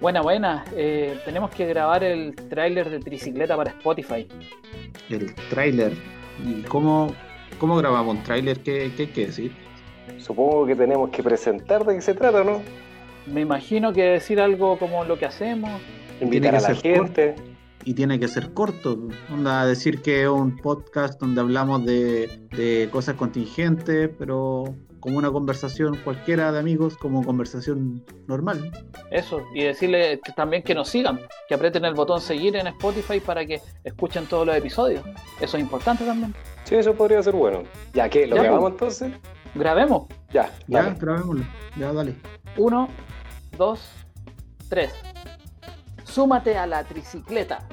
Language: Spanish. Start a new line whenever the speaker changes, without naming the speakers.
Buena, buena. Eh, tenemos que grabar el tráiler de Tricicleta para Spotify.
El tráiler. ¿Y cómo, cómo grabamos un tráiler? ¿Qué, ¿Qué hay que decir?
Supongo que tenemos que presentar de qué se trata, ¿no?
Me imagino que decir algo como lo que hacemos.
Invitar
que
a la
ser
gente.
Y tiene que ser corto. Onda, decir que es un podcast donde hablamos de, de cosas contingentes, pero como una conversación cualquiera de amigos, como conversación normal.
Eso. Y decirle que- también que nos sigan. Que aprieten el botón seguir en Spotify para que escuchen todos los episodios. Eso es importante también.
Sí, eso podría ser bueno. ¿Ya qué? ¿Lo
Ya,
grabamos entonces?
Grabemos.
Ya,
Ya,
dale.
grabémoslo. Ya, dale.
Uno, dos, tres. Súmate a la tricicleta.